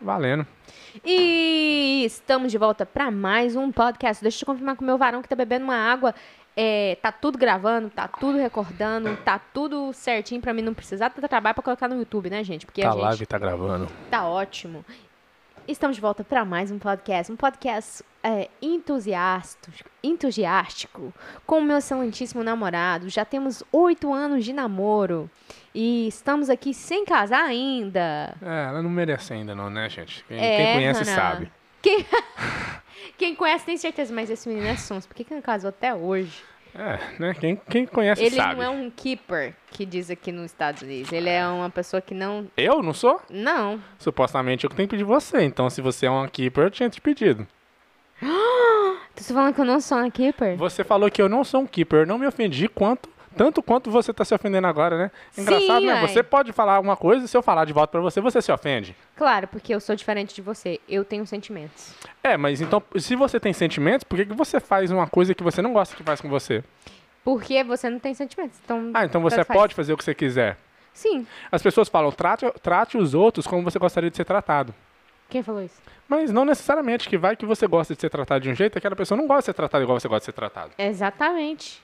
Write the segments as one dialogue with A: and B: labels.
A: Valendo.
B: E estamos de volta para mais um podcast. Deixa eu confirmar com o meu varão que tá bebendo uma água. É, tá tudo gravando, tá tudo recordando, tá tudo certinho pra mim não precisar tanto trabalho pra colocar no YouTube, né, gente? Porque a
A: Tá
B: gente
A: live, tá gravando.
B: tá ótimo. Estamos de volta para mais um podcast, um podcast é, entusiástico, entusiástico com o meu excelentíssimo namorado. Já temos oito anos de namoro e estamos aqui sem casar ainda.
A: É, ela não merece ainda não, né, gente? Quem,
B: É,
A: quem conhece
B: Hannah.
A: sabe.
B: Quem, Quem conhece tem certeza, mas esse menino é sons. Por que, que não casou até hoje?
A: É, né? Quem, quem conhece
B: ele
A: sabe.
B: não é um keeper, que diz aqui nos Estados Unidos. Ele é uma pessoa que não.
A: Eu não sou?
B: Não.
A: Supostamente eu que tenho que pedir você. Então, se você é um keeper, eu tinha te pedido.
B: Tu tá falando que eu não sou uma keeper?
A: Você falou que eu não sou um keeper. Eu não me ofendi quanto, tanto quanto você tá se ofendendo agora, né? Engraçado,
B: Sim,
A: né?
B: uai.
A: Você pode falar alguma coisa e se eu falar de volta pra você, você se ofende.
B: Claro, porque eu sou diferente de você. Eu tenho sentimentos.
A: É, mas então, se você tem sentimentos, por que, que você faz uma coisa que você não gosta que faz com você?
B: Porque você não tem sentimentos. Então,
A: Ah, então você
B: tanto faz.
A: pode fazer o que você quiser.
B: Sim.
A: As pessoas falam, trate, trate os outros como você gostaria de ser tratado.
B: Quem falou isso?
A: Mas não necessariamente que vai que você gosta de ser tratado de um jeito, aquela pessoa não gosta de ser tratada igual você gosta de ser tratado.
B: Exatamente.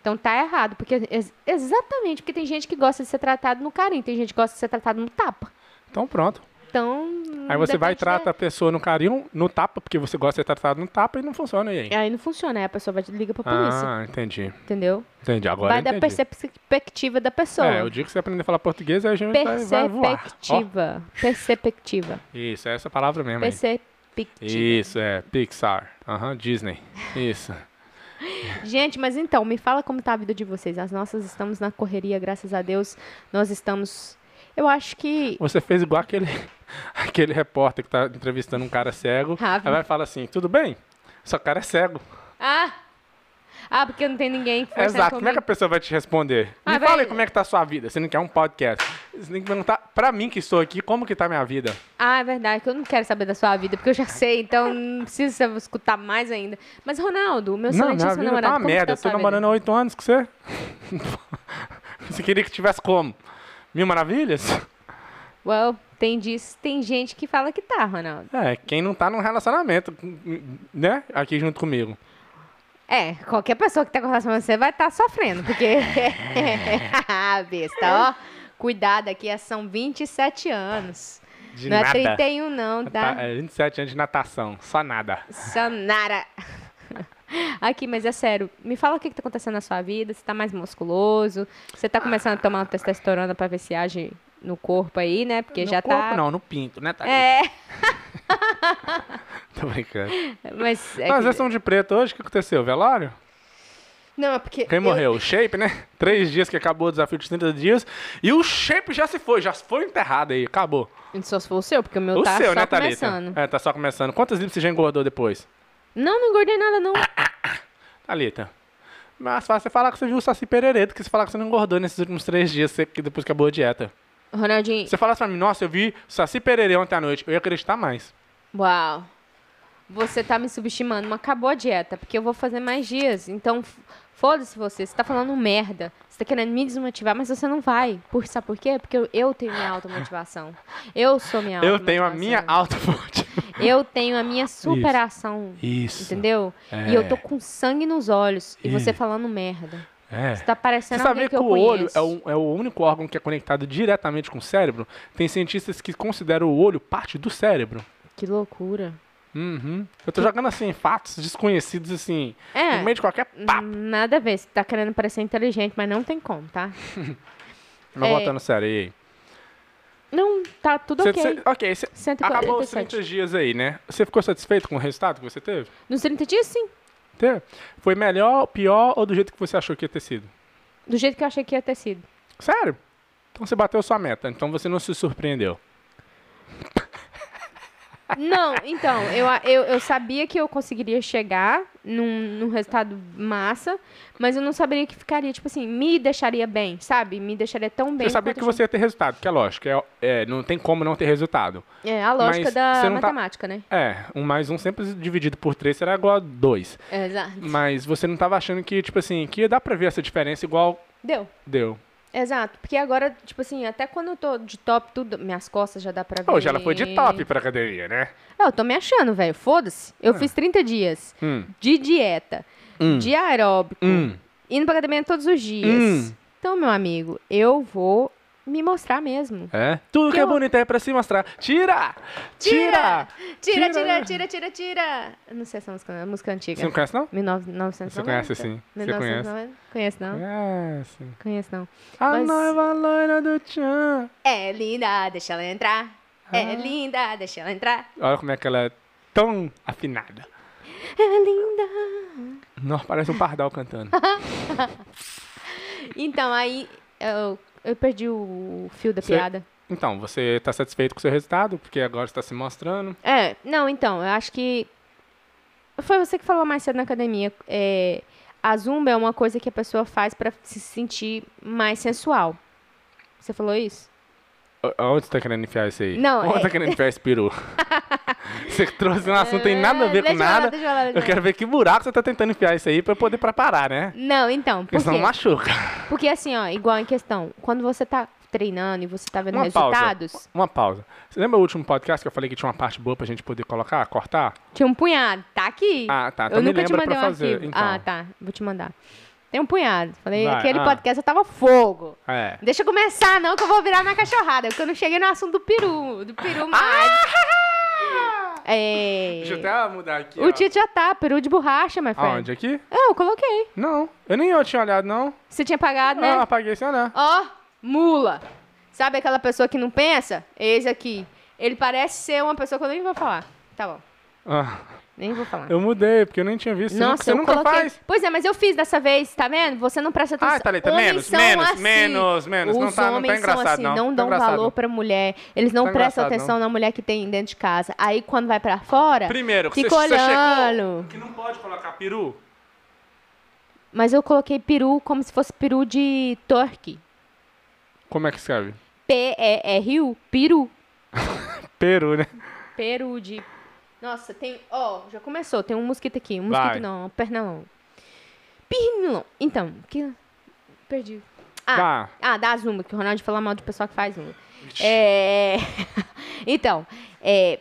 B: Então tá errado. Porque ex- exatamente, porque tem gente que gosta de ser tratado no carinho, tem gente que gosta de ser tratado no tapa.
A: Então pronto.
B: Então. É,
A: Aí você vai e
B: depende
A: trata a pessoa no carinho, no tapa, porque você gosta de ser tratado no tapa e não funciona e aí.
B: da- Aí não funciona, aí a pessoa vai liga pra polícia,
A: Ah, entendi.
B: entendeu?
A: Entendi. Agora
B: Vai
A: eu entendi.
B: da perspectiva da pessoa.
A: É, o dia que você aprender a falar português, aí a gente vai, vai voar. Ó,
B: Perspectiva. Perspectiva.
A: isso, é essa palavra mesmo aí.
B: Perspectiva.
A: Isso, é. Pixar. Aham, Disney. Isso.
B: Gente, mas então, me fala como tá a vida de vocês. As nossas estamos na correria, graças a Deus. Nós estamos. Eu acho que.
A: Você fez igual aquele, aquele repórter que tá entrevistando um cara cego.
B: Rápido.
A: Aí vai falar assim, tudo bem? Só cara é cego.
B: Ah! Ah, porque não tem ninguém que
A: Exato. Como é que a pessoa vai te responder?
B: Ah,
A: Me
B: vai-
A: fala aí como é que tá a sua vida. Você não quer um podcast. Você tem que perguntar pra mim que estou aqui, como que tá a minha vida.
B: Ah, é verdade, que eu não quero saber da sua vida, porque eu já sei, então não precisa escutar mais ainda. Mas, Ronaldo, o meu
A: não, minha
B: excelentíssimo
A: vida tá uma
B: namorado, como que
A: merda.
B: tá a
A: eu tô
B: sua vida?
A: namorando há oito anos com você. você queria que tivesse como? Mil maravilhas?
B: Well, tem disso, tem gente que fala que tá, Ronaldo.
A: É, quem não tá num relacionamento, né? Aqui junto comigo.
B: É, qualquer pessoa que tá com relação a você vai estar sofrendo, porque... Ah, Besta, ó, cuidado aqui, é- são 27 anos.
A: De
B: não
A: nada.
B: é 31 não, tá?
A: Tá, é 27 anos de natação, só nada.
B: Sanara. Aqui, mas é sério, me fala o que, que tá acontecendo na sua vida, você tá mais musculoso, você tá começando a tomar uma testosterona pra ver se age no corpo aí, né? Porque
A: no
B: já
A: corpo,
B: tá.
A: não, no pinto, né, Thalita?
B: É,
A: Tô brincando.
B: mas. É
A: Nós
B: que-
A: já estamos de preto hoje, o que aconteceu? Velório?
B: Não, é porque.
A: Quem
B: eu-
A: morreu? O Shape, né? Três dias que acabou o desafio de 30 dias. E o Shape já se foi, já foi enterrado aí, acabou.
B: Só se for o seu, porque o meu
A: o
B: tá
A: seu,
B: só
A: né, Thalita?
B: começando.
A: É, tá só começando. Quantas libras você já engordou depois?
B: Não, não engordei nada, não.
A: Ah. Thalita. Mais fácil você falar que você viu o Saci Pererê do que você falar que você não engordou nesses últimos três dias você- que depois que acabou a dieta.
B: Ronaldinho.
A: Se você falasse pra mim, nossa, eu vi Saci Pererê ontem à noite, eu ia acreditar mais.
B: Uau. Você tá me subestimando, mas acabou a dieta, porque eu vou fazer mais dias. Então, f- foda-se você, você tá falando merda. Você tá querendo me desmotivar, mas você não vai. Por, sabe por quê? Porque eu, eu tenho minha automotivação. Eu sou minha
A: eu tenho a
B: automotivação.
A: minha alta
B: Eu tenho a minha superação.
A: Isso.
B: Entendeu?
A: É.
B: E eu tô com sangue nos olhos. E você
A: Isso.
B: falando merda.
A: É.
B: Você tá parecendo
A: Você
B: alguém
A: sabia
B: que
A: que,
B: eu
A: o olho
B: conheço.
A: é o, é o único órgão que é conectado diretamente com o cérebro? Tem cientistas que consideram o olho parte do cérebro.
B: Que loucura.
A: Uhum. Eu tô jogando assim, fatos desconhecidos, assim,
B: Hum. É.
A: no meio de qualquer papo.
B: Nada a ver. Você tá querendo parecer inteligente, mas não tem como, tá?
A: Mas
B: É.
A: voltando sério, e aí?
B: Não, tá tudo
A: Cê-
B: ok.
A: cê- ok, cê-
B: 147.
A: acabou os 30 dias aí, né? Você ficou satisfeito com o resultado que você teve?
B: Nos 30 dias, sim.
A: Teve? Foi melhor, pior ou do jeito que você achou que ia ter sido?
B: Do jeito que eu achei que ia ter sido.
A: Sério? Então você bateu sua meta, então você não se surpreendeu.
B: Não, então, eu, a- eu, eu sabia que eu conseguiria chegar num, num resultado massa, mas eu não saberia que ficaria, tipo assim, me deixaria bem, sabe? Me deixaria tão bem.
A: Você sabia que
B: quanto
A: você ia ter resultado, que é lógico, é- é, não tem como não ter resultado.
B: eu- É, a lógica
A: mas
B: da
A: você não tá-
B: matemática, né?
A: É, um mais um sempre dividido por três será igual a dois.
B: É, exato.
A: Mas você não tava achando que, tipo assim, que ia dar pra ver essa diferença igual
B: Deu.
A: deu.
B: Exato, porque agora, tipo assim, até quando eu tô de top, tudo, minhas costas já dá pra ver.
A: Hoje ela foi de top pra academia, né?
B: Ah, Eu tô me achando, velho, foda-se. Eu fiz 30 dias
A: Hum.
B: de dieta,
A: Hum.
B: de aeróbico,
A: Hum.
B: indo pra academia todos os dias.
A: Hum.
B: Então, meu amigo, eu vou me mostrar mesmo.
A: É? Tudo que é
B: Eu-
A: bonito é pra se mostrar. Tira! Tira! Tira!
B: Tira, tira, tira, tira, tira. Eu Não sei essa música, é uma música antiga.
A: Você não conhece, não?
B: 1990.
A: Você conhece, sim. Você conhece.
B: 1990. Conheço não,
A: É, sim.
B: conheço não.
A: A
B: Mas-
A: noiva loira do Tchan.
B: É linda, deixa ela entrar.
A: Ah.
B: É linda, deixa ela entrar.
A: Olha como é que ela é tão afinada.
B: É linda.
A: Nossa, parece um pardal cantando.
B: Então, aí eu, eu perdi o fio da
A: Você-
B: piada.
A: Então, você tá satisfeito com o seu resultado? Porque agora você tá se mostrando.
B: É, não, então, eu acho que. Foi você que falou mais cedo na academia. É, a zumba é uma coisa que a pessoa faz pra se sentir mais sensual. Você falou isso?
A: O- Onde você tá querendo enfiar isso aí?
B: Não,
A: Onde
B: é-
A: tá querendo enfiar esse peru? você trouxe um assunto que tem nada a ver
B: Ah,
A: com
B: deixa eu falar,
A: nada.
B: deixa eu falar, deixa
A: Eu
B: eu
A: quero ver que buraco você tá tentando enfiar isso aí pra eu poder preparar, né?
B: falar. Não, então,
A: Porque
B: por
A: senão
B: quê?
A: machuca.
B: Porque assim, ó, igual em questão, quando você tá treinando e você tá vendo
A: Uma
B: resultados,
A: pausa. Uma pausa. Você lembra o último podcast que eu falei que tinha uma parte boa pra gente poder colocar, cortar?
B: tinha um punhado, tá aqui.
A: Ah, tá. Então
B: eu
A: me
B: nunca te
A: lembra
B: mandei
A: pra
B: um
A: fazer.
B: arquivo.
A: Então.
B: Ah, tá. Vou te mandar. Tem um punhado. Falei,
A: Vai,
B: aquele
A: ah.
B: podcast eu tava fogo.
A: É.
B: Deixa eu começar, não, que eu vou virar na cachorrada. Porque eu não cheguei no assunto do peru. Do peru mais. É.
A: Ah! Deixa eu até mudar aqui.
B: O Tito já tá, peru de borracha, my friend.
A: Aonde? Aqui?
B: Ah, eu coloquei.
A: Não. Eu nem eu tinha olhado, não.
B: Você tinha pagado, né?
A: Ah, apaguei sem olhar.
B: Ó, mula. Sabe aquela pessoa que não pensa? Esse aqui. Ele parece ser uma pessoa que eu nem vou falar. Tá bom.
A: Ah,
B: Nem vou falar.
A: eu mudei, porque eu nem tinha visto. Você nunca- você
B: eu
A: nunca
B: coloquei-
A: faz?
B: Pois é, mas eu fiz dessa vez, tá vendo? Você não presta atenção.
A: Ah, Thalita,
B: Homens
A: menos,
B: são
A: menos,
B: assim.
A: menos, menos.
B: Os
A: Não tá- não tá
B: homens são
A: engraçado,
B: assim,
A: não. Tá
B: dão
A: engraçado, não.
B: valor pra mulher. Eles não
A: Tá
B: prestam
A: engraçado,
B: atenção na mulher que tem dentro de casa. Aí quando vai pra fora,
A: Primeiro, que
B: fica
A: você, você checou
B: olhando.
A: que não pode colocar peru.
B: Mas eu coloquei peru como se fosse peru de turkey.
A: Como é que escreve?
B: P-E-R-U, peru.
A: Peru, né?
B: Peru de. Nossa, tem. Ó, já começou. Tem um mosquito aqui. Um
A: Vai.
B: mosquito não, um pernilão. Pernilão. Então, que. Perdi. Ah,
A: Dá.
B: ah, dá zumba, que o Ronaldo fala mal de pessoal que faz zumba. É... então, é...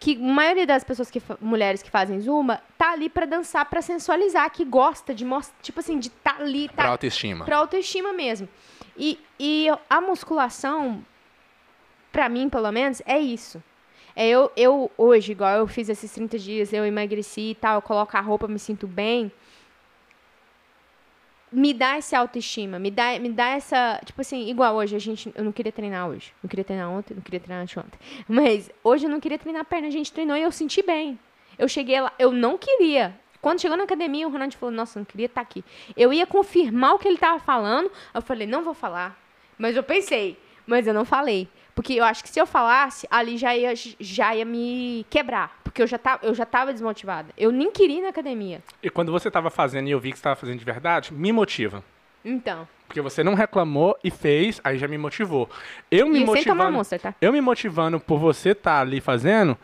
B: que a maioria das pessoas, que fa- mulheres que fazem zumba, tá ali pra dançar, pra sensualizar, que gosta de mostrar, tipo assim, de tá ali, tá
A: Pra autoestima.
B: Pra autoestima mesmo. E, e eu- a musculação, pra mim, pelo menos, é isso. É eu, eu hoje, igual eu fiz esses 30 dias, eu emagreci e tal, eu coloco a roupa, me sinto bem. Me dá essa autoestima, me dá, me dá essa. Tipo assim, igual hoje, a gente. Eu não queria treinar hoje. Não queria treinar ontem, não queria treinar anteontem. Mas hoje eu não queria treinar a perna, a gente treinou e eu senti bem. Eu cheguei lá, eu não queria. Quando chegou na academia, o Ronaldo falou: Nossa, eu não queria estar aqui. Eu ia confirmar o que ele tava falando. Eu falei: Não vou falar. Mas eu pensei, mas eu não falei. Porque eu acho que se eu falasse, ali já ia, já ia me quebrar. Porque eu já, tava, eu já tava desmotivada. Eu nem queria ir na academia.
A: E quando você tava fazendo e eu vi que você tava fazendo de verdade, me motiva.
B: Então.
A: Porque você não reclamou e fez, aí já me motivou. Eu me
B: e sem tomar
A: motivando.
B: monstro, tá?
A: Eu me motivando por você estar ali fazendo,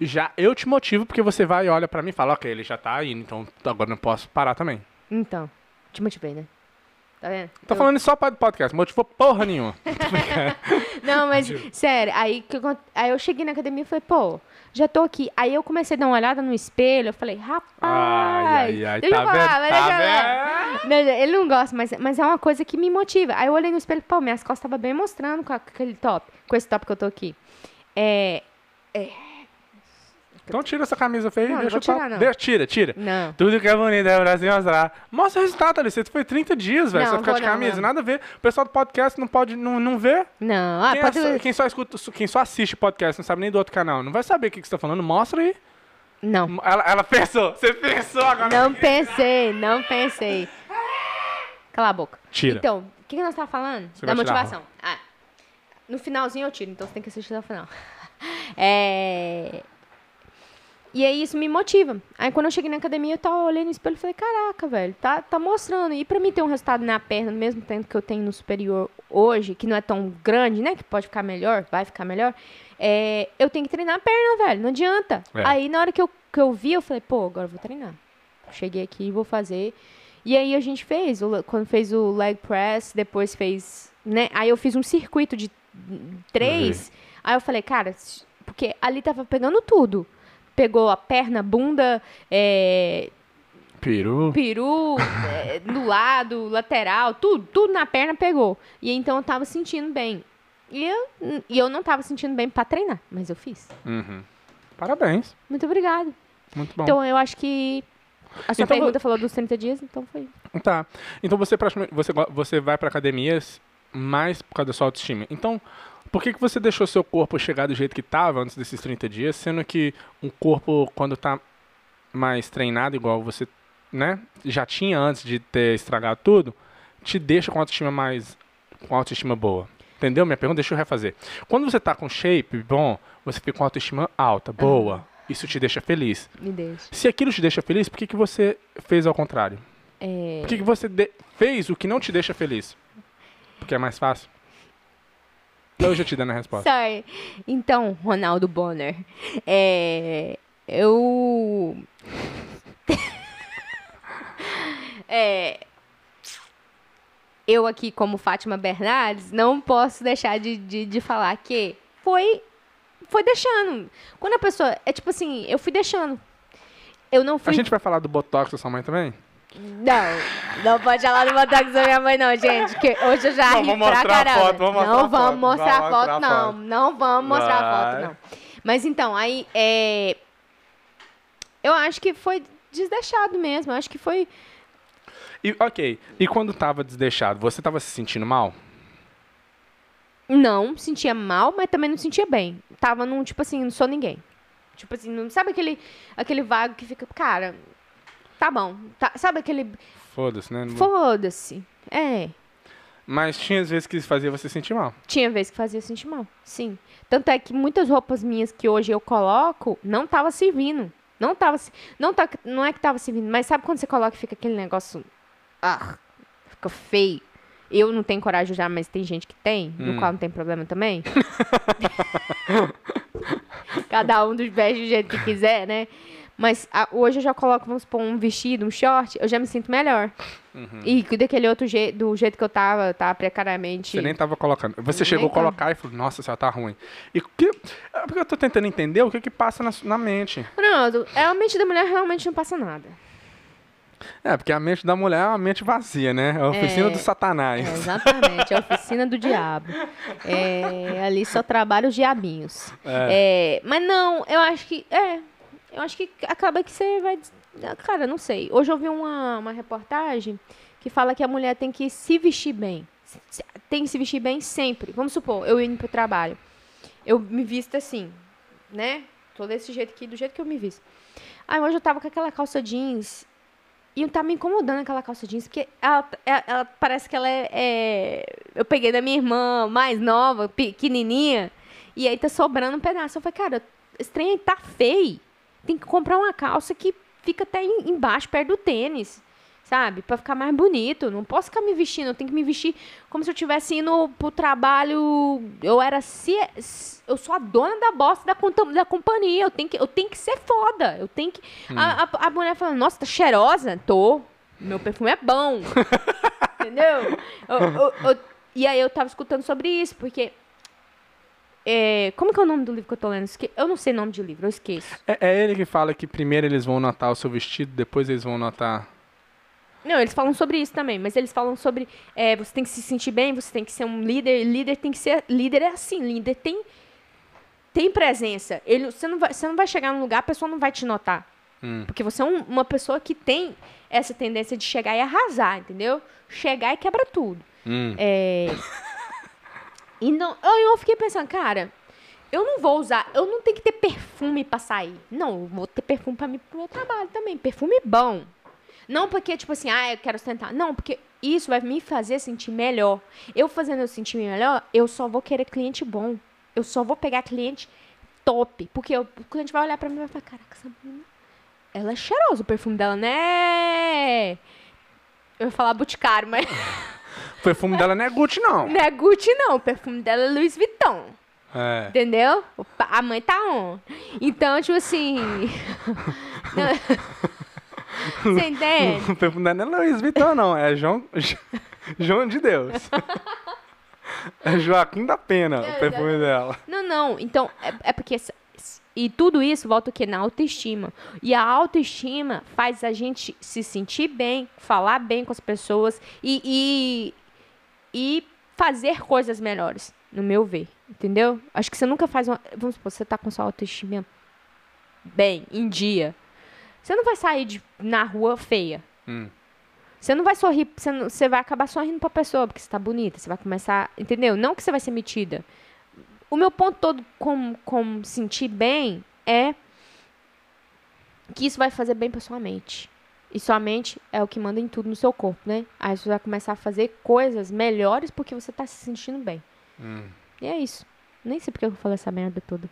A: já eu te motivo porque você vai e olha pra mim e fala, ok, ele já tá indo, então agora não posso parar também.
B: Então. Te motivei, né? Tá vendo?
A: Tô
B: Eu-
A: falando isso só para podcast, motivou porra nenhuma.
B: Não, mas sério, aí, que eu, con- aí eu cheguei na academia e falei, pô, já tô aqui. Aí eu comecei a dar uma olhada no espelho, eu falei, rapaz,
A: ai, ai, ai,
B: deixa
A: tá
B: eu falar,
A: vendo?
B: mas
A: Tá
B: deixa eu- Não, ele não gosta, mas, mas é uma coisa que me motiva. Aí eu olhei no espelho, pô, minhas costas estavam bem mostrando com aquele top, com esse top que eu tô aqui. É,
A: Então tira essa camisa feia
B: Não,
A: e
B: não
A: deixa
B: vou
A: eu falar.
B: tirar, não.
A: Deixa- tira, tira.
B: não.
A: Tudo que é bonito é o Brasil mostrar. Mostra o resultado, Alice. Você foi 30 dias, velho.
B: Não,
A: Você ficar
B: vou
A: de
B: não,
A: camisa,
B: não.
A: nada a ver. O pessoal do podcast não pode, não, não vê.
B: Não, ah,
A: quem,
B: pode...
A: é só- quem só escuta, quem só assiste podcast, não sabe nem do outro canal, não vai saber o que, que você tá falando. Mostra aí.
B: Não,
A: Ela, ela pensou, você pensou agora.
B: não pensei, não pensei. Cala a boca.
A: Tira.
B: Então, o que, que nós estávamos falando?
A: Você
B: da
A: vai tirar a
B: motivação. Ah, no finalzinho eu tiro, então você tem que assistir até o final. É... E aí isso me motiva. Aí quando eu cheguei na academia, eu tava olhando no espelho e falei, caraca, velho, tá, tá mostrando. E pra mim ter um resultado na perna, no mesmo tempo que eu tenho no superior hoje, que não é tão grande, né? Que pode ficar melhor, vai ficar melhor. é, eu tenho que treinar a perna, velho. Não adianta.
A: É.
B: Aí na hora que eu, que eu vi, eu falei, pô, agora eu vou treinar. Cheguei aqui e vou fazer. E aí a gente fez, o le- quando fez o leg press, depois fez, né? Aí eu fiz um circuito de
A: Uhum.
B: três. Aí eu falei, cara, s- porque ali tava pegando tudo. Pegou a perna, bunda, é,
A: Peru.
B: peru, é, do lado, lateral, tudo, tudo na perna pegou. E então eu tava sentindo bem. E eu, e eu não tava sentindo bem pra treinar, mas eu fiz.
A: Uhum. Parabéns.
B: Muito obrigada.
A: Muito bom.
B: Então eu acho que a sua
A: Então,
B: pergunta falou dos 30 dias, então foi.
A: Tá. Então você praticamente você, go- você vai pra academias mais por causa da sua autoestima. Então, por que, que você deixou seu corpo chegar do jeito que tava antes desses 30 dias, sendo que um corpo quando tá mais treinado igual você, né, já tinha antes de ter estragado tudo, te deixa com autoestima mais com autoestima boa. Entendeu minha pergunta? Deixa eu refazer. Quando você tá com shape bom, você fica com autoestima alta, boa. Isso te deixa feliz.
B: Me deixa.
A: Se aquilo te deixa feliz, por que, que você fez ao contrário?
B: É.
A: Por que, que você de- fez o que não te deixa feliz? Porque é mais fácil? Eu já te dando a resposta.
B: Sorry. Então, Ronaldo Bonner, é, eu. É, eu aqui, como Fátima Bernardes, não posso deixar de, de, de falar que foi, foi deixando. Quando a pessoa. É tipo assim, eu fui deixando. Eu não
A: A
B: fui.
A: gente vai falar do Botox da sua mãe também?
B: Não, não pode falar do Botox da minha mãe, não, gente. Que hoje eu já
A: Não,
B: ri
A: vamos
B: pra
A: mostrar a
B: caramba.
A: foto, vamos mostrar
B: não
A: a
B: vamos
A: foto, vamos
B: mostrar a foto,
A: mostrar a
B: não.
A: foto.
B: Não vamos mostrar a
A: Vai.
B: foto, não. Mas então, aí é. Eu acho que foi desdeixado mesmo. Eu acho que foi.
A: E, ok. E quando tava desdeixado, você tava se sentindo mal?
B: Não, sentia mal, mas também não sentia bem. Tava num, tipo assim, não sou ninguém. Tipo assim, não, sabe aquele, aquele vago que fica, cara, tá bom. tá- sabe aquele.
A: Foda-se, né? Não-
B: Foda-se. É.
A: Mas tinha às vezes que fazia você sentir mal.
B: Tinha vez que fazia sentir mal, sim. Tanto é que muitas roupas minhas que hoje eu coloco não tava servindo. Não tava. se- Não, tá, não é que tava servindo, mas sabe quando você coloca e fica aquele negócio. Ah, fica feio. Eu não tenho coragem de usar, mas tem gente que tem,
A: Hum.
B: no qual não tem problema também. Cada um dos veste do jeito que quiser, né? Mas a- hoje eu já coloco, vamos supor, um vestido, um short, eu já me sinto melhor.
A: Uhum.
B: E daquele outro jeito, do jeito que eu tava, eu tava precariamente.
A: Você nem tava colocando. Você
B: Nem
A: chegou a
B: tava.
A: colocar e falou, nossa, já tá ruim. E o que... é porque eu tô tentando entender o que que passa na, su- na mente.
B: Ronaldo, é, a mente da mulher realmente não passa nada.
A: É, porque a mente da mulher é uma mente vazia, né? É a oficina do
B: É,
A: satanás.
B: exatamente, é a oficina do diabo. É, ali só trabalha os diabinhos. É, mas não, eu acho que. É, eu acho que acaba que você vai. des- Ah, Cara, não sei. Hoje eu vi uma, uma reportagem que fala que a mulher tem que se vestir bem. Se- se- Tem que se vestir bem sempre. Vamos supor, eu indo pro trabalho. Eu me visto assim, né? Tô desse jeito aqui, do jeito que eu me visto. Aí hoje eu tava com aquela calça jeans e tá me incomodando aquela calça jeans, porque ela, ela- ela- parece que ela é, é- Eu peguei da minha irmã mais nova, pequenininha, e aí tá sobrando um pedaço. Eu falei, cara, esse trem aí tá feio. Tem que comprar uma calça que fica até em- embaixo, perto do tênis, sabe? Pra ficar mais bonito. Não posso ficar me vestindo, eu tenho que me vestir como se eu tivesse indo pro trabalho. Eu era. Se, eu sou a dona da bosta da, conta- da companhia. Eu tenho, que, eu tenho que ser foda. Eu tenho que. A, a, a mulher fala, nossa, tá cheirosa? Tô. Meu perfume é bom. Entendeu? Eu- eu- eu- e aí eu tava escutando sobre isso, porque. é, como que é o nome do livro que eu tô lendo? Esque- Eu não sei o nome de livro, eu esqueço.
A: É, é ele que fala que primeiro eles vão notar o seu vestido, depois eles vão notar.
B: Não, eles falam sobre isso também, mas eles falam sobre é, você tem que se sentir bem, você tem que ser um líder, líder tem que ser. Líder é assim, líder tem, tem presença. Ele, você, não vai, você não vai chegar num lugar, a pessoa não vai te notar.
A: Hum.
B: Porque você é um- uma pessoa que tem essa tendência de chegar e arrasar, entendeu? Chegar e quebra tudo.
A: Hum.
B: É. E não, eu, eu fiquei pensando, cara, eu não vou usar, eu não tenho que ter perfume pra sair. Não, eu vou ter perfume pra mim pro meu trabalho também. Perfume bom. Não porque, tipo assim, ah, eu quero ostentar. Não, porque isso vai me fazer sentir melhor. Eu fazendo eu sentir melhor, eu só vou querer cliente bom. Eu só vou pegar cliente top. Porque o cliente vai olhar pra mim e vai falar, caraca, essa menina, ela é cheirosa o perfume dela, né? Eu ia falar boticário, mas...
A: O perfume dela não é Gucci, não.
B: Não é Gucci, não. O perfume dela é Louis Vuitton.
A: É.
B: Entendeu? O pa- A mãe tá on. Então, tipo assim. Você entende?
A: O perfume dela não é Luiz Vitão, não. É João, João de Deus. É Joaquim da Pena,
B: É,
A: o perfume dela.
B: Não, não. Então, é, é porque. essa- E tudo isso volta o quê? Na autoestima. E a autoestima faz a gente se sentir bem, falar bem com as pessoas e, e, e fazer coisas melhores, no meu ver. Entendeu? Acho que você nunca faz uma. Vamos supor, você tá com sua autoestima bem, em dia. Você não vai sair de- na rua feia.
A: Hum.
B: Você não vai sorrir, você, não- você vai acabar sorrindo pra pessoa, porque você tá bonita, você vai começar, entendeu? Não que você vai ser metida. O meu ponto todo como com sentir bem é que isso vai fazer bem pra sua mente. E sua mente é o que manda em tudo no seu corpo, né? Aí você vai começar a fazer coisas melhores porque você tá se sentindo bem.
A: Hum.
B: E é isso. Nem sei porque eu falei essa merda toda.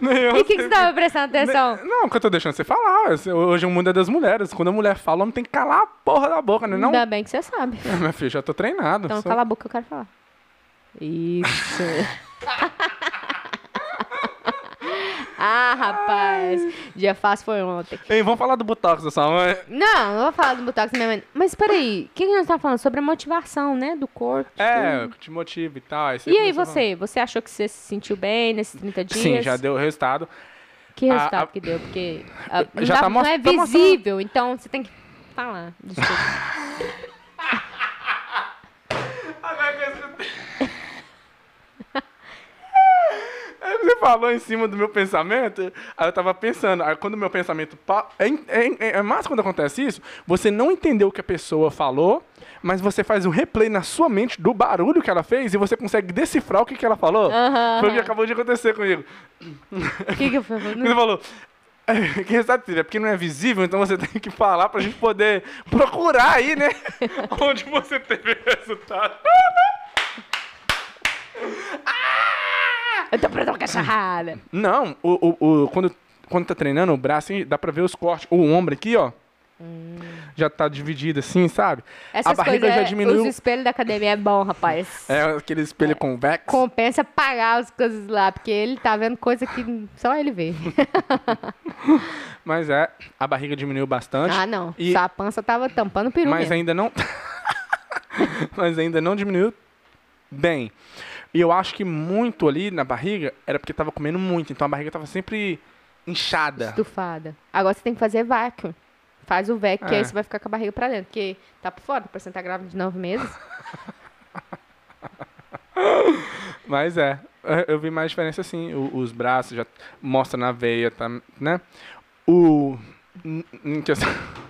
A: Nem eu
B: E o que, que
A: sei-
B: você tava prestando atenção?
A: Nem- Não, que eu tô deixando você falar. Esse- Hoje o mundo é das mulheres. Quando a mulher fala, o homem tem que calar a porra da boca, né? Não,
B: Ainda bem que você sabe.
A: minha filha, já tô treinado.
B: Então
A: Sou-
B: cala a boca, eu quero falar. Isso. ah, rapaz. Dia fácil foi ontem.
A: Ei, vamos falar do Botox dessa mãe.
B: Não, eu vou falar do Botox da minha mãe. Mas peraí, o que, que nós estávamos falando? Sobre a motivação, né? Do corpo.
A: É, que te motiva e tal. aí
B: E aí
A: começa a falar.
B: você? Você achou que você se sentiu bem nesses 30 dias?
A: Sim, já deu o resultado.
B: Que resultado
A: a-
B: que deu? Porque ah, não,
A: Já
B: dá-
A: tá
B: não
A: mos-
B: é
A: tá mostrando.
B: visível, então você tem que falar. Desculpa.
A: Aí Você falou em cima do meu pensamento, aí eu tava pensando, aí quando o meu pensamento. pa- É, in- é, in- é mais quando acontece isso, você não entendeu o que a pessoa falou, mas você faz um replay na sua mente do barulho que ela fez e você consegue decifrar o que, que ela falou.
B: Aham,
A: Foi o que
B: aham.
A: acabou de acontecer comigo.
B: O que, que eu falei?
A: Você falou. "É, Que resultado teve? É porque não é visível, então você tem que falar pra gente poder procurar aí, né? Onde você teve resultado.
B: Eu tô pra dar uma cachorrada.
A: Não, o, o, o- quando, quando tá treinando o braço, assim, dá pra ver os cortes. O ombro aqui, ó. Já tá dividido assim, sabe?
B: Hum. Essas
A: a barriga
B: coisas,
A: já
B: é-
A: diminuiu.
B: Os espelhos da academia é bom, rapaz.
A: É aquele espelho convexo.
B: Compensa pagar as coisas lá, porque ele tá vendo coisa que só ele vê.
A: Mas é, a barriga diminuiu bastante.
B: Ah, não.
A: E-
B: Sua pança tava tampando o peru
A: mas
B: mesmo.
A: ainda não. mas ainda não diminuiu bem. E eu acho que muito ali na barriga era porque tava comendo muito. Então a barriga tava sempre inchada.
B: Estufada. Agora você tem que fazer vácuo. Faz o vacuum, que
A: É.
B: aí você vai ficar com a barriga pra dentro. Porque tá por fora, pra você tá grávida de nove meses.
A: Mas é, eu- eu vi mais diferença assim. O- os braços já mostra na veia, tá, né? O. n- n- que eu-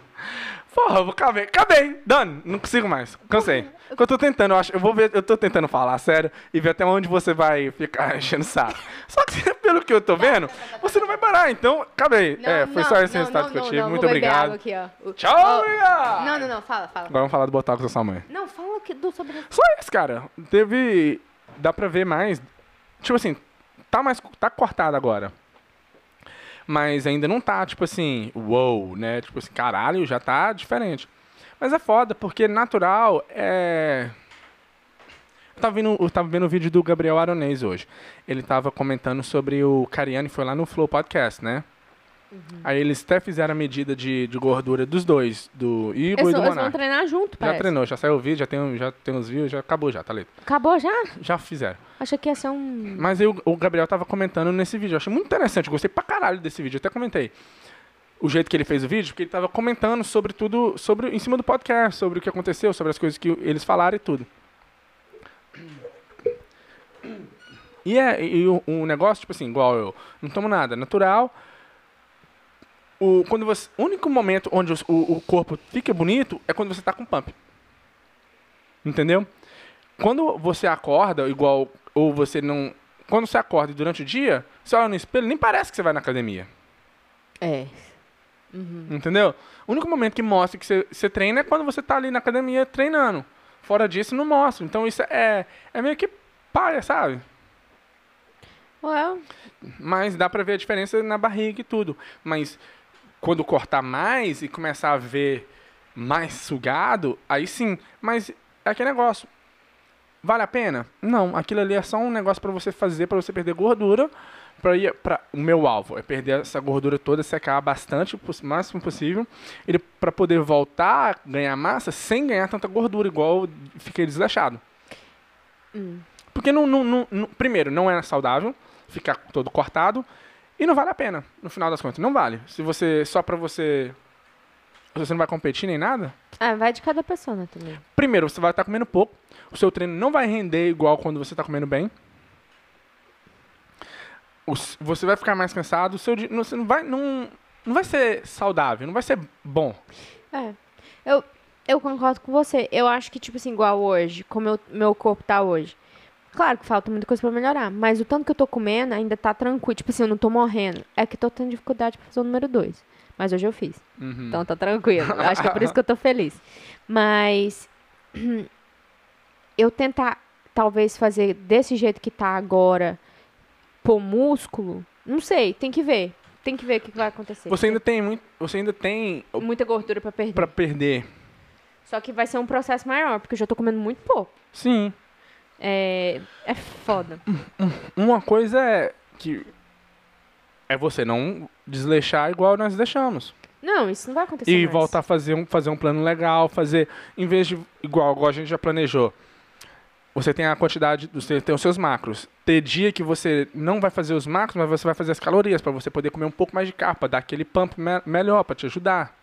A: Porra, eu vou acabei. Acabei! Done! Não consigo mais. Cansei. Porque eu tô tentando, eu acho. Eu vou ver, eu tô tentando falar sério e ver até onde você vai ficar enchendo o saco. Só que pelo que eu tô vendo, você não vai parar, então acabei. é, foi só esse
B: não,
A: resultado
B: não,
A: que eu
B: não,
A: tive.
B: não,
A: Muito
B: vou beber
A: obrigado.
B: água aqui, ó. O-
A: Tchau,
B: ó.
A: obrigado!
B: Não, não, não. Fala, fala.
A: Agora vamos falar do Botox da sua mãe.
B: Não, fala que do sobre...
A: Só isso, cara. Teve. Dá pra ver mais. Tipo assim, tá mais. Tá cortado agora. Mas ainda não tá, tipo assim, wow, né? Tipo assim, caralho, já tá diferente. Mas é foda, porque natural é. Eu tava, vendo, eu tava vendo o vídeo do Gabriel Aronês hoje. Ele tava comentando sobre o Cariani, foi lá no Flow Podcast, né? Aí eles até fizeram a medida de, de gordura dos dois, do Igor
B: Eles,
A: e do
B: vão- eles vão
A: Monark.
B: treinar junto,
A: Já
B: parece.
A: treinou, já saiu o vídeo, já tem, um, já tem os views, já acabou já, tá lido.
B: Acabou já?
A: Já fizeram.
B: Achei que ia ser um...
A: Mas eu, o Gabriel tava comentando nesse vídeo, eu achei muito interessante, eu gostei pra caralho desse vídeo, eu até comentei. O jeito que ele fez o vídeo, porque ele tava comentando sobre tudo, sobre, em cima do podcast, sobre o que aconteceu, sobre as coisas que eles falaram e tudo. E é, e o, um negócio, tipo assim, igual eu, não tomo nada, é natural. O, quando você, o único momento onde os- o, o corpo fica bonito é quando você tá com pump. Entendeu? Quando você acorda, igual, ou você não. Quando você acorda e durante o dia, você olha no espelho, nem parece que você vai na academia.
B: É.
A: Entendeu? O único momento que mostra que você, você treina é quando você tá ali na academia treinando. Fora disso, não mostra. Então isso é, é meio que paia, sabe?
B: Well,
A: Mas dá pra ver a diferença na barriga e tudo. Mas quando cortar mais e começar a ver mais sugado, aí sim. Mas é aquele negócio. Vale a pena? Não, aquilo ali é só um negócio pra você fazer, pra você perder gordura, pra ir pra, o meu alvo é perder essa gordura toda, secar bastante, o poss- máximo possível, ele, pra poder voltar a ganhar massa sem ganhar tanta gordura, igual eu fiquei desleixado. Porque, não, não- não- não- primeiro, não é saudável ficar todo cortado e não vale a pena, no final das contas. Não vale. Se você, só pra você... Você não vai competir nem nada,
B: Ah, vai de cada persona também.
A: Primeiro, você vai estar comendo pouco. O seu treino não vai render igual quando você está comendo bem. Os- Você vai ficar mais cansado. o seu di- não- Você não vai, não, não vai ser saudável, não vai ser bom.
B: É. Eu, eu concordo com você. Eu acho que, tipo assim, igual hoje, como eu- meu corpo tá hoje. Claro que falta muita coisa pra melhorar, mas o tanto que eu tô comendo ainda tá tranquilo. Tipo assim, eu não tô morrendo. É que eu tô tendo dificuldade pra fazer o número 2. Mas hoje eu fiz. Então tá tranquilo. Eu Acho que é por isso que eu tô feliz. Mas eu tentar talvez fazer desse jeito que tá agora por músculo, não sei, tem que ver. Tem que ver o que que vai acontecer.
A: Você ainda tem muito, você ainda tem
B: muita gordura pra perder.
A: para perder.
B: Só que vai ser um processo maior, porque eu já tô comendo muito pouco.
A: Sim.
B: É, é foda.
A: Uma coisa é que é você não desleixar igual nós deixamos.
B: Não, isso não é vai acontecer
A: E
B: mais.
A: voltar a fazer um, fazer um plano legal, fazer, em vez de, igual, igual a gente já planejou, você tem a quantidade, você tem os seus macros. Ter dia que você não vai fazer os macros, mas você vai fazer as calorias, para você poder comer um pouco mais de carbo, pra dar aquele pump me- melhor, para te ajudar.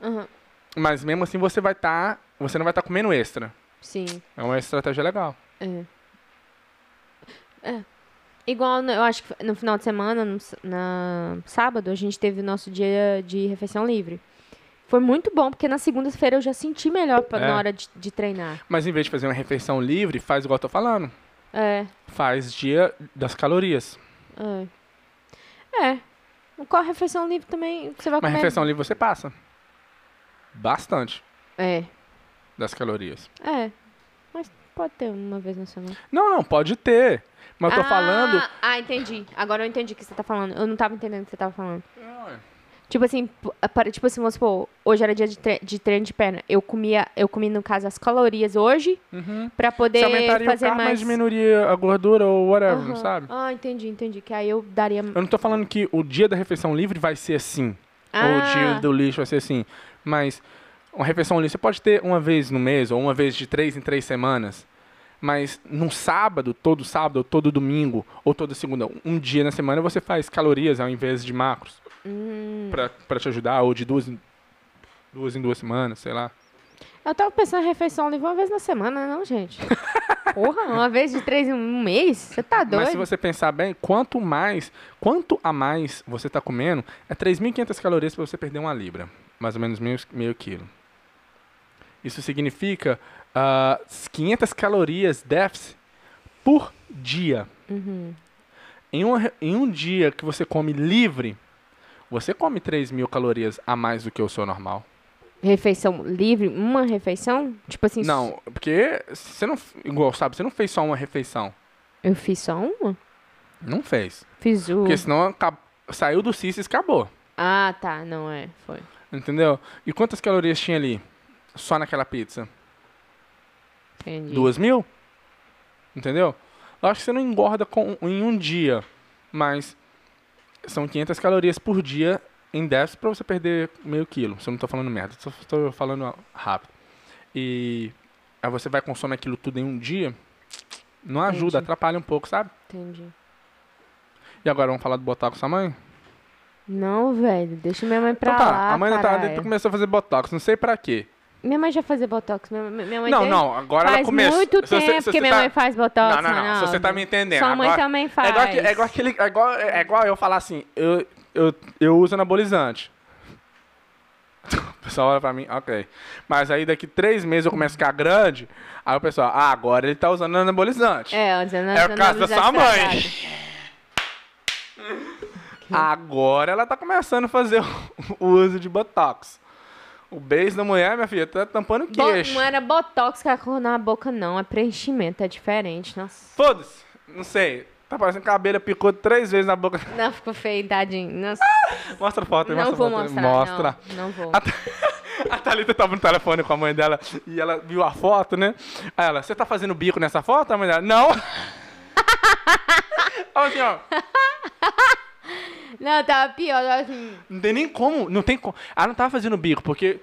B: Aham,
A: Mas mesmo assim você vai estar, você não vai estar comendo extra.
B: sim.
A: É uma estratégia legal.
B: É. É. Igual, no- eu acho que no final de semana, no, s- na sábado, a gente teve o nosso dia de refeição livre. Foi muito bom, porque na segunda-feira eu já senti melhor pra-
A: É.
B: na hora de, de treinar.
A: Mas em vez de fazer uma refeição livre, faz igual eu tô falando.
B: É,
A: Faz dia das calorias.
B: é. É. Qual refeição livre também você vai
A: Mas
B: comer?
A: refeição livre você passa. Bastante
B: É,
A: das calorias.
B: é. Mas pode ter uma vez na semana.
A: Não, não, pode ter. Mas eu tô
B: Ah,
A: falando.
B: Ah, entendi. Agora eu entendi o que você tá falando. Eu não tava entendendo o que você tava falando. Tipo assim, p- para, tipo assim, vamos supor, hoje era dia de, tre- de treino de perna. Eu comia, eu comi, no caso, as calorias hoje
A: Uhum.
B: pra
A: Você
B: poder
A: aumentaria o
B: fazer
A: carbo, mas
B: mais.
A: diminuiria a gordura ou whatever,
B: Aham.
A: sabe?
B: Ah, entendi, entendi. Que aí eu daria.
A: Eu não tô falando que o dia da refeição livre vai ser assim. Ou o
B: Ah,
A: dia do lixo vai ser assim. Mas uma refeição livre você pode ter uma vez no mês, ou uma vez de três em três semanas. Mas num sábado, todo sábado, ou todo domingo, ou toda segunda, um dia na semana você faz calorias ao invés de macros. Pra, pra te ajudar, ou de duas em, duas em duas semanas, sei lá.
B: eu tava pensando em refeição livre uma vez na semana, não, gente? Porra, uma vez de três em um mês? Você tá doido?
A: Mas se você pensar bem, quanto mais, quanto a mais você está comendo, é 3.500 calorias para você perder uma libra, mais ou menos meio, meio quilo. Isso significa ah, 500 calorias déficit por dia. Em, um, em um dia que você come livre, você come 3.000 calorias a mais do que o seu normal.
B: Refeição livre? Uma refeição? Tipo assim.
A: Não, porque você não, igual sabe, você não fez só uma refeição.
B: Eu fiz só uma?
A: Não fez.
B: Fiz o.
A: Porque senão acab- saiu do CIS e acabou.
B: Ah, tá. Não é. Foi.
A: Entendeu? E quantas calorias tinha ali? Só naquela pizza?
B: Entendi.
A: Duas mil? Entendeu? Eu acho que você não engorda com, em um dia, mas são 500 calorias por dia em déficit pra você perder meio quilo. Se eu não tô falando merda, só tô falando rápido. E aí você vai consumir aquilo tudo em um dia, não ajuda,
B: Entendi.
A: atrapalha um pouco, sabe?
B: Entendi.
A: E agora vamos falar do botox da mãe?
B: Não, velho, deixa minha mãe pra
A: então tá,
B: lá.
A: a mãe da
B: caralho.
A: Thalita começou a fazer botox, não sei pra quê.
B: Minha mãe já fazia botox. Minha, minha mãe
A: não,
B: desde-
A: não, agora
B: faz
A: ela começou.
B: muito
A: se
B: tempo
A: você- se
B: que
A: você
B: minha
A: tá-
B: mãe faz botox.
A: Não, não, não. Se você tá me entendendo.
B: Sua mãe
A: Agora-
B: também faz.
A: É igual, que- é igual aquele, é, igual, é igual eu falar assim, eu, eu, eu uso anabolizante. O pessoal olha pra mim, ok. Mas aí daqui três meses eu começo a ficar grande, aí o pessoal, ah, agora ele tá usando anabolizante.
B: É, antes eu não-
A: É
B: eu
A: o
B: não
A: caso da
B: usava
A: sua mãe.
B: essa
A: Agora ela tá começando a fazer o, o uso de Botox. O beijo da mulher, minha filha, tá tampando o
B: Bo-
A: queixo.
B: Não era botox que ela colocou na boca, não. É preenchimento, é diferente. Nossa,
A: Foda-se, não sei. Tá parecendo que a abelha picou três vezes na boca.
B: não, ficou feio, tadinho. Nossa,
A: Mostra a foto aí,
B: não
A: Ah, mostra
B: vou
A: a foto aí.
B: mostrar.
A: Mostra. Ah.
B: Não, não vou.
A: A, Tha- a Thalita tava no telefone com a mãe dela e ela viu a foto, né? Aí ela, você tá fazendo bico nessa foto? A mãe dela, não. Ela assim, ó.
B: Não, tava pior, tava assim,
A: Não tem nem como, não tem como. Ela não tava fazendo bico, porque.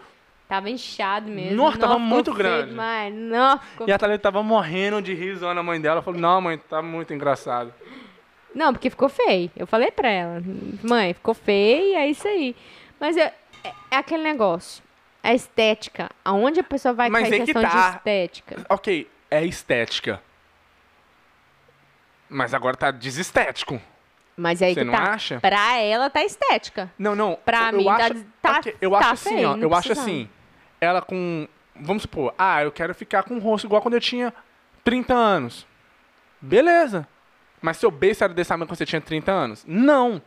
B: tava inchado mesmo.
A: Nossa, tava
B: ficou
A: muito
B: feio
A: grande.
B: demais, não, ficou-
A: E a Thalita tava morrendo de riso olhando a mãe dela. Ela Falou, não, mãe, tá muito engraçado.
B: Não, porque ficou feio. Eu falei pra ela, mãe, ficou feio, é isso aí. Mas é, é- é aquele negócio. A estética, aonde a pessoa vai
A: Mas
B: cair
A: é que
B: questão
A: tá.
B: de estética.
A: Ok, é estética. Mas agora tá desestético.
B: Mas é aí
A: Você
B: que
A: não
B: tá.
A: acha?
B: Pra ela tá estética.
A: Não, não.
B: Pra
A: eu
B: mim, tá-
A: acho,
B: tá-
A: ok, Eu acho
B: tá
A: assim,
B: feio,
A: ó.
B: não
A: Eu acho
B: precisava.
A: assim. Ela com. Vamos supor, ah, eu quero ficar com o rosto igual quando eu tinha 30 anos. Beleza. Mas seu beijo era desse tamanho quando você tinha 30 anos? Não.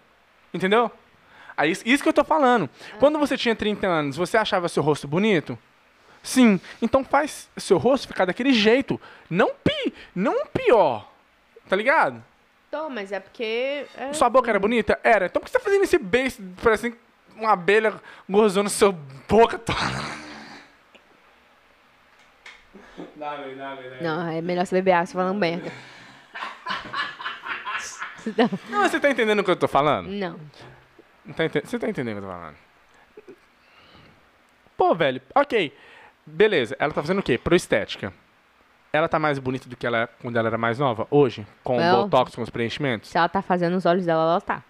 A: Entendeu? Aí, isso- isso que eu tô falando.
B: Ah.
A: Quando você tinha 30 anos, você achava seu rosto bonito? Sim. Então faz seu rosto ficar daquele jeito. Não pi, não pior. Tá ligado?
B: Tô, mas é porque. é-
A: Sua boca era bonita? Era. Então por que você tá fazendo esse beijo parecendo uma abelha gozando sua boca toda? Dá, velho, dá, velho.
B: Não, é melhor você beber água, você falando merda. Você tá-
A: Não, você tá entendendo o que eu tô falando?
B: Não.
A: Não tá enten- Você tá entendendo o que eu tô falando? Pô, velho, ok. Beleza, ela tá fazendo o quê? Pro estética. Ela tá mais bonita do que ela quando ela era mais nova? Hoje? Com
B: Não.
A: botox, com os preenchimentos?
B: Se ela tá fazendo os olhos dela, ela tá.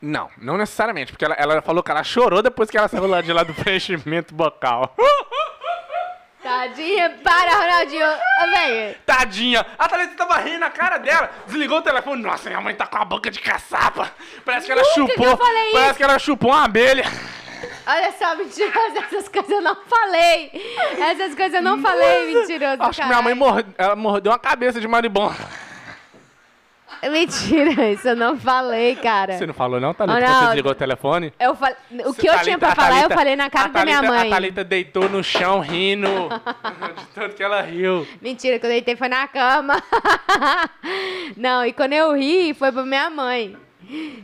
A: Não, não necessariamente, porque ela, ela falou que ela chorou depois que ela saiu lá de lá do preenchimento bocal.
B: Tadinha, para, Ronaldinho. Ô, velho.
A: Tadinha! A Thalita tava rindo na cara dela, desligou o telefone. Nossa, minha mãe tá com a boca de caçapa. Parece que ela
B: Nunca que
A: chupou.
B: eu falei
A: parece
B: isso.
A: que ela chupou uma abelha.
B: Olha só, mentiroso, essas coisas eu não falei. Essas coisas eu não falei, mentiroso.
A: Acho que minha mãe
B: caralho.
A: morde- ela mordeu uma cabeça de maribondo.
B: Mentira, isso eu não falei, cara.
A: Você não tá falou, não, Thalita?
B: Olha,
A: quando Você
B: ó,
A: desligou o telefone?
B: Eu falei... É. O que eu
A: Thalita-
B: tinha pra
A: a
B: falar,
A: Thalita-
B: eu falei na cara
A: a
B: da minha
A: Thalita-
B: mãe.
A: A Thalita deitou no chão rindo. de tanto que ela riu.
B: Mentira, que eu deitei foi na cama. Não, e quando eu ri, foi pra minha mãe.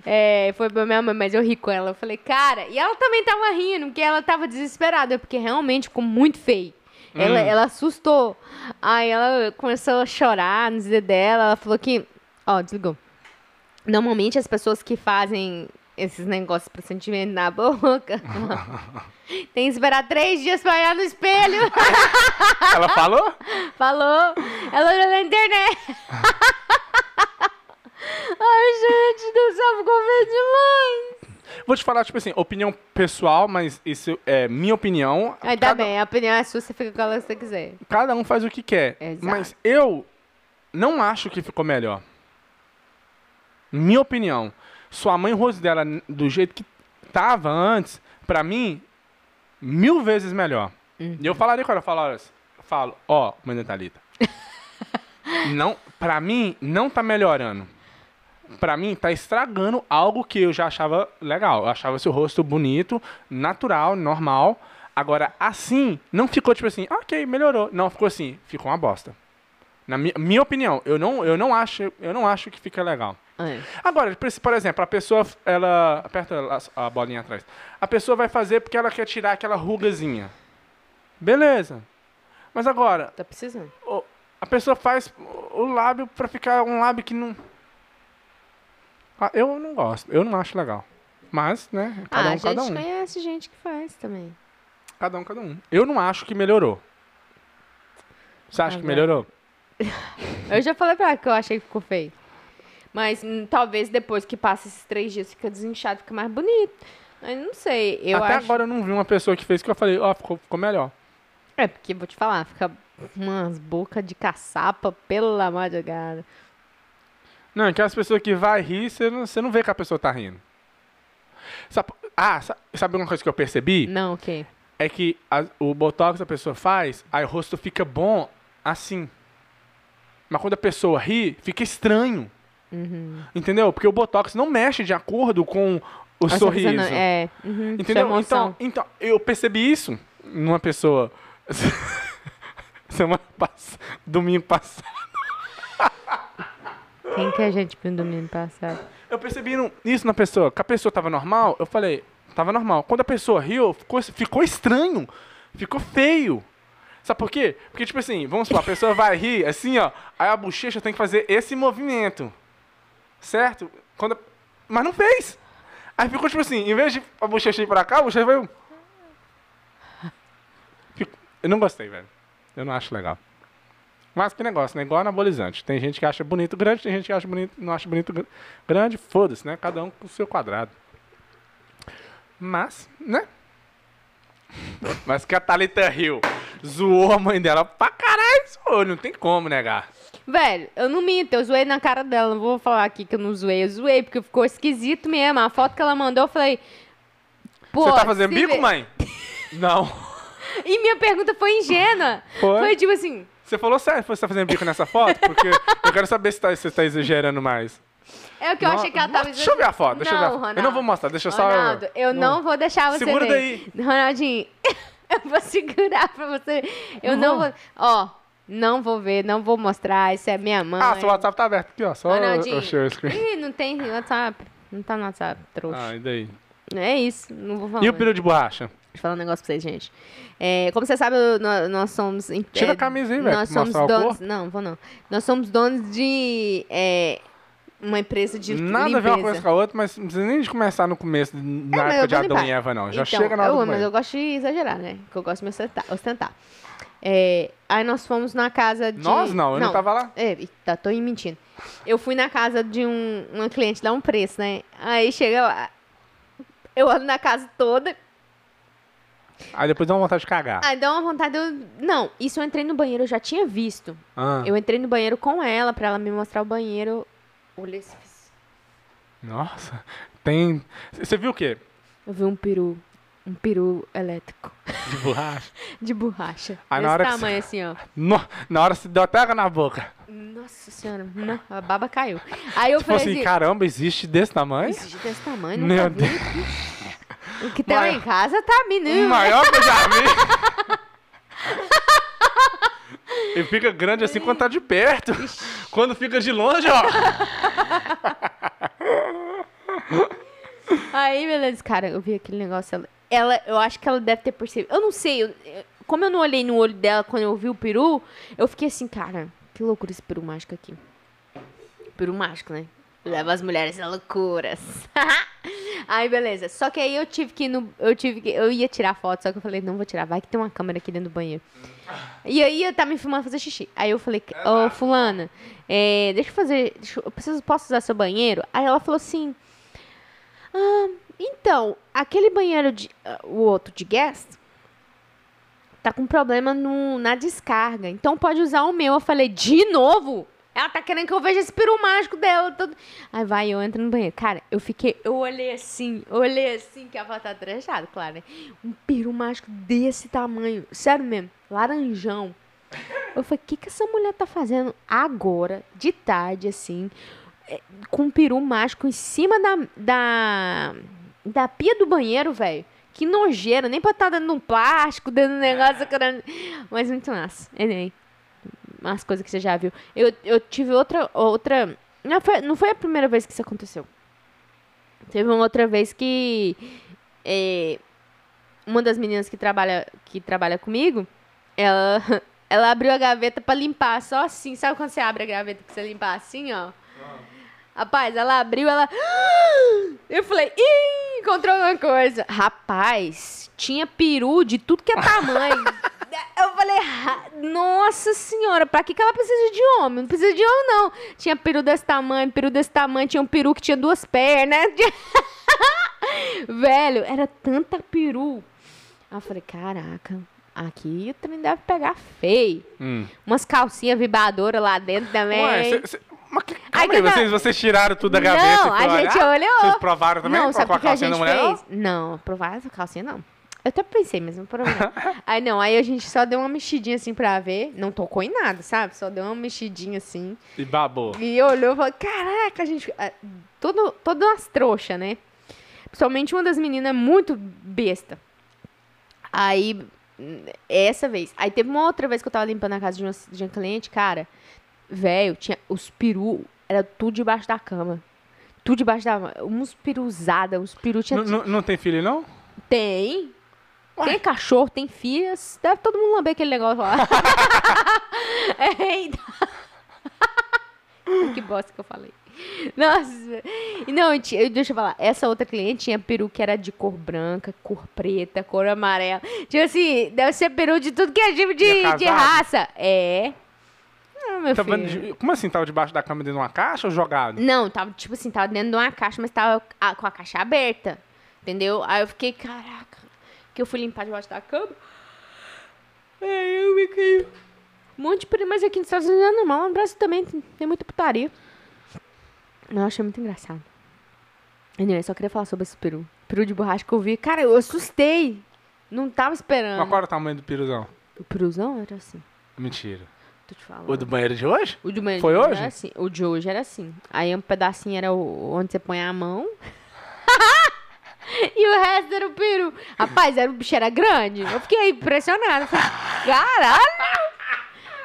B: É, foi pra minha mãe, mas eu ri com ela. Eu falei, cara, e ela também tava rindo, porque ela tava desesperada, porque realmente ficou muito feio. Ela, ela assustou. Aí ela começou a chorar no dizer dela. Ela falou que. Ó, desligou. Normalmente as pessoas que fazem esses negócios pra sentimento na boca tem que esperar três dias pra olhar no espelho.
A: Ela falou?
B: Falou! Ela olhou na internet! Ai, gente do céu, ficou feio demais!
A: Vou te falar, tipo assim, opinião pessoal, mas isso é minha opinião.
B: Ainda
A: Cada-
B: bem, a opinião é sua, você fica com ela que você quiser.
A: Cada um faz o que quer.
B: Exato.
A: Mas eu não acho que ficou melhor. Minha opinião. Sua mãe, o rosto dela, n- do jeito que tava antes, pra mim, mil vezes melhor. E eu falaria com ela, eu falo, olha, eu falo, ó, mãe da Thalita. não, pra mim, não tá melhorando. Pra mim, tá estragando algo que eu já achava legal. Eu achava seu rosto bonito, natural, normal. Agora, assim, não ficou tipo assim, ok, melhorou. Não, ficou assim, ficou uma bosta. Na mi- minha opinião, eu não, eu não acho, eu não acho que fica legal. Agora, por esse- por exemplo, a pessoa, ela. Aperta a a bolinha atrás. A pessoa vai fazer porque ela quer tirar aquela rugazinha. Beleza. Mas agora,
B: Tá precisando.
A: o- a pessoa faz o- o lábio pra ficar um lábio que não. Ah, eu não gosto, eu não acho legal. Mas, né? Cada
B: ah, a
A: um,
B: gente
A: cada um.
B: conhece gente que faz também.
A: Cada um, cada um. Eu não acho que melhorou. Você acha que
B: Agora-
A: melhorou?
B: Eu já falei pra ela que eu achei que ficou feio. Mas hum, talvez depois que passa esses três dias, fica desinchado, fica mais bonito. Mas não sei, eu
A: Até
B: acho...
A: agora eu não vi uma pessoa que fez que eu falei, ó, ficou, ficou melhor.
B: É, porque vou te falar, fica umas bocas de caçapa pela madrugada.
A: Não, aquelas pessoas que vai rir, você não, você não vê que a pessoa tá rindo. Sabe- ah, sa- sabe uma coisa que eu percebi?
B: Não, o quê?
A: É que a- o botox a pessoa faz, aí o rosto fica bom assim. Mas quando a pessoa ri, fica estranho.
B: Uhum.
A: Entendeu? Porque o botox não mexe de acordo com o
B: Essa
A: sorriso.
B: coisa não- É, uhum, sua
A: Entendeu?
B: emoção.
A: Então, então, eu percebi isso numa pessoa semana passada, domingo passado. Então,
B: Quem que a gente viu no domingo passado?
A: Eu percebi no- isso na pessoa. Que a pessoa tava normal, eu falei, tava normal. Quando a pessoa riu, ficou, ficou estranho. Ficou feio. Sabe por quê? Porque, tipo assim, vamos supor, a pessoa vai rir, assim, ó, aí a bochecha tem que fazer esse movimento. Certo? Quando. a- Mas não fez! Aí ficou tipo assim, em vez de a bochecha ir pra cá, a bochecha veio. Fico- Eu não gostei, velho. Eu não acho legal. Mas que negócio, né? Igual anabolizante. Tem gente que acha bonito grande, tem gente que acha bonito, não acha bonito gr- grande. Foda-se, né? Cada um com o seu quadrado. Mas, né? Mas que a Thalita Hill zoou a mãe dela pra caralho, zoou. Não tem como negar.
B: Velho, eu não minto, eu zoei na cara dela. Não vou falar aqui que eu não zoei, eu zoei, porque ficou esquisito mesmo. A foto que ela mandou, eu falei. Pô,
A: Você tá fazendo
B: se
A: bico,
B: vê-
A: mãe? Não.
B: E minha pergunta foi ingênua.
A: Foi?
B: Foi tipo assim.
A: Você falou sério, você tá fazendo bico nessa foto? Porque eu quero saber se tá, se você tá exagerando mais.
B: É o que eu
A: No-
B: achei que ela
A: Nossa,
B: tava.
A: Deixa eu ver a foto, deixa eu ver. a
B: Não,
A: foto.
B: Ronaldo.
A: Eu não vou mostrar, deixa eu só.
B: Ronaldo, eu não vou deixar você
A: Segura
B: ver.
A: daí.
B: Ronaldinho, eu vou segurar pra você. Eu
A: Não
B: não,
A: vou.
B: vou. Ó, não vou ver, não vou mostrar. Isso é minha mãe.
A: Ah, seu WhatsApp tá aberto aqui, ó. Só
B: Ronaldinho.
A: eu share screen.
B: Ih, não tem WhatsApp. Não tá no WhatsApp,
A: Ah,
B: trouxa.
A: e daí?
B: É isso, não vou falar.
A: Ah. E o
B: mais.
A: peru de borracha?
B: Deixa eu falar um negócio pra vocês, gente. É, como vocês sabem, eu- nó- nós, somos. em-
A: Tira
B: é,
A: a camisa aí, velho,
B: Nós
A: pra
B: somos
A: mostrar o
B: donos.
A: corpo.
B: Não, vou não. Nós somos donos de. é, uma empresa de
A: Nada a ver
B: limpeza.
A: uma coisa com a outra, mas não precisa nem de começar no começo, na
B: É, mas eu
A: época de
B: vou
A: Adão
B: limpar.
A: e Eva, não. Já
B: Então,
A: chega na hora
B: eu
A: do
B: amo, mas eu
A: banheiro.
B: gosto de exagerar, né? Que eu gosto de me ostentar. ostentar. É, aí nós fomos na casa de...
A: Nós não, eu não tava lá.
B: É, eita, tô me mentindo. Eu fui na casa de um, uma cliente dar um preço, né? Aí chega lá... Eu ando na casa toda,
A: Aí depois dá uma vontade de cagar.
B: aí dá uma vontade de eu... Não, isso eu entrei no banheiro, eu já tinha visto.
A: Ah,
B: Eu entrei no banheiro com ela, pra ela me mostrar o banheiro. Olha esse...
A: Nossa, tem. Você viu o quê?
B: Eu vi um peru, um peru elétrico,
A: De borracha?
B: de borracha.
A: Aí na
B: desse
A: hora que você-
B: tamanho, assim, ó.
A: No- na hora se deu até água na boca.
B: Nossa senhora, não, a baba caiu. Aí eu
A: Tipo
B: falei
A: assim,
B: assim,
A: caramba, existe desse tamanho?
B: isso de desse tamanho,
A: Meu
B: nunca vi. O que tem lá em
A: Maior-
B: casa tá
A: O
B: menino.
A: maior que eu já vi. e fica grande assim quando tá de perto. Quando fica de longe, ó.
B: Aí, beleza, cara, eu vi aquele negócio. Ela, ela- eu acho que ela deve ter percebido. Eu não sei, eu- eu- como eu não olhei no olho dela quando eu vi o peru, eu fiquei assim, cara, que loucura esse peru mágico aqui. Peru mágico, né? Leva as mulheres a loucuras. aí, beleza. Só que aí eu tive que ir no, eu tive que, eu ia tirar foto, só que eu falei, não vou tirar, vai que tem uma câmera aqui dentro do banheiro. E aí eu tava me filmando fazer xixi. Aí eu falei, ô fulana, é, deixa eu fazer. deixa eu- eu preciso, posso usar seu banheiro? Aí ela falou assim. Ah, então, aquele banheiro de. ah, o outro de guest tá com problema no, na descarga. Então pode usar o meu. Eu falei, de novo? Ela tá querendo que eu veja esse peru mágico dela. todo- Aí vai, eu entro no banheiro. Cara, eu fiquei. Eu olhei assim, eu olhei assim, que a foto tá trechada, claro, né? Um peru mágico desse tamanho. Sério mesmo, laranjão. Eu falei, o que, que essa mulher tá fazendo agora, de tarde, assim, é, com um peru mágico em cima da, da, da pia do banheiro, velho? Que nojeira, nem pra estar dando um plástico, dando um negócio. cara. Mas muito massa. Anyway, umas coisas que você já viu. Eu, eu tive outra. outra não, foi, não foi a primeira vez que isso aconteceu. Teve uma outra vez que. é, uma das meninas que trabalha, que trabalha comigo, ela, ela abriu a gaveta pra limpar, só assim. Sabe quando você abre a gaveta que você limpar assim, ó? Rapaz, ela abriu, ela. Eu falei, ih, encontrou alguma coisa. Rapaz, tinha peru de tudo que é tamanho. Eu falei, "Ra- nossa senhora, pra que, que ela precisa de homem? Não precisa de homem, não. Tinha peru desse tamanho, peru desse tamanho, tinha um peru que tinha duas pernas. Velho, era tanta peru. Aí eu falei, caraca, aqui o trem deve pegar feio. Umas calcinhas vibradoras lá dentro também.
A: Hum. Ué, cê, cê, mas que, calma
B: que
A: aí,
B: tá-
A: vocês, vocês tiraram tudo da gaveta?
B: Não,
A: e
B: a gente
A: falaram, "Ah,
B: olhou."
A: Vocês provaram também?
B: Não, sabe
A: com
B: o
A: a
B: que a
A: calcinha
B: gente
A: da mulher, não?
B: fez? Não, provar essa calcinha não. Eu até pensei, mas não provei. aí não, aí a gente só deu uma mexidinha assim pra ver. Não tocou em nada, sabe? Só deu uma mexidinha assim.
A: E babou.
B: E olhou e falou: Caraca, a gente. ah, Todo, todas umas trouxas, né? Principalmente uma das meninas muito besta. Aí, hum, essa vez. Aí teve uma outra vez que eu tava limpando a casa de uma, de uma cliente, cara. Velho, tinha os peru, era tudo debaixo da cama. Tudo debaixo da cama. Uns peru usada, uns peru tinha.
A: Não- Não não tem filho, não?
B: Tem. Tem cachorro, tem filhas. Deve todo mundo lamber aquele negócio lá. Eita. É, então. que bosta que eu falei. Nossa. E Não, eu tinha- deixa eu falar. Essa outra cliente tinha peru que era de cor branca, cor preta, cor amarela. Tipo assim, deve ser peru de tudo que é tipo
A: E é
B: de,
A: casado?
B: de raça. É. Não, meu
A: Tava
B: filho.
A: Tá de- como assim? Tava debaixo da cama dentro de uma caixa ou jogado?
B: Não, tava, tipo assim, tava dentro de uma caixa, mas tava a- com a caixa aberta. Entendeu? Aí eu fiquei, caraca, que eu fui limpar debaixo da cama. Aí eu me caí. Um monte de peri- mas aqui nos Estados Unidos é normal, no Brasil também tem tem muita putaria. Não, eu achei muito engraçado. Anyway, eu só queria falar sobre esse peru. Peru de borracha que eu vi. Cara, eu assustei. Não tava esperando.
A: Mas qual era o tamanho do piruzão?
B: O peruzão era assim.
A: Mentira.
B: Tô te falando.
A: O do banheiro de hoje?
B: O de manhã
A: Foi
B: de
A: hoje?
B: Era assim. O de hoje era assim. Aí um pedacinho era o, onde você põe a mão. e o resto era o peru. Rapaz, era, o bicho era grande. Eu fiquei impressionada. Falei, Caralho!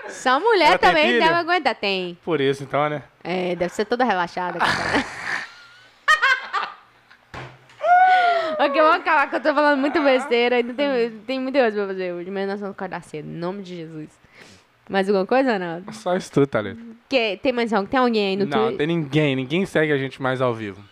B: Essa mulher
A: Ela tem
B: também
A: filho?
B: deve aguentar. Tem.
A: Por isso, então, né?
B: É, deve ser toda relaxada. coitada. ok, vamos acabar que eu tô falando muito besteira. Ainda tem, tem muita coisa pra fazer hoje. Mas nós vamos acordar cedo. Em nome de Jesus. Mais alguma coisa, Ronaldo?
A: Só isso tudo, Thalita.
B: Que, tem mais alguém? Tem alguém aí no
A: não,
B: Twitter?
A: tem ninguém. Ninguém segue a gente mais ao vivo.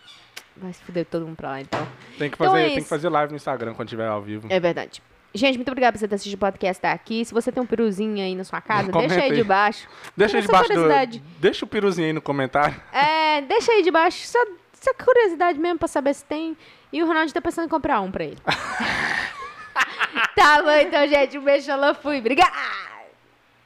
B: Vai se fuder todo mundo pra lá, então.
A: Tem que
B: Então
A: fazer,
B: é
A: tem que
B: isso.
A: fazer live no Instagram quando tiver ao vivo.
B: É verdade. Gente, muito obrigada por você ter assistido o podcast até aqui. Se você tem um peruzinho aí na sua casa,
A: Comenta
B: deixa aí de
A: aí.
B: baixo.
A: Deixa aí
B: Essa
A: debaixo do.
B: curiosidade.
A: Deixa o piruzinho aí no comentário.
B: É, deixa aí de baixo. Só, só curiosidade mesmo pra saber se tem. E o Ronaldo tá pensando em comprar um pra ele. tá bom, então, gente. Um beijo, ela fui. Obrigada!